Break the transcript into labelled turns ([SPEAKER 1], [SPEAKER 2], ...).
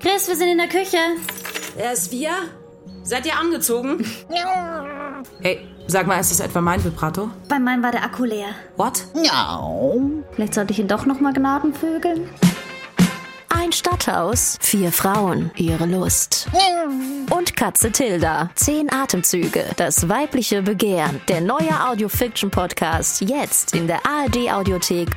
[SPEAKER 1] Chris, wir sind in der Küche.
[SPEAKER 2] Erst wir? Seid ihr angezogen?
[SPEAKER 3] Hey, sag mal, ist das etwa mein Vibrato?
[SPEAKER 1] Bei meinem war der Akku leer.
[SPEAKER 3] What?
[SPEAKER 1] Vielleicht sollte ich ihn doch nochmal gnadenvögeln.
[SPEAKER 4] Ein Stadthaus, vier Frauen, ihre Lust. Und Katze Tilda, zehn Atemzüge, das weibliche Begehren. Der neue Audiofiction-Podcast jetzt in der ARD-Audiothek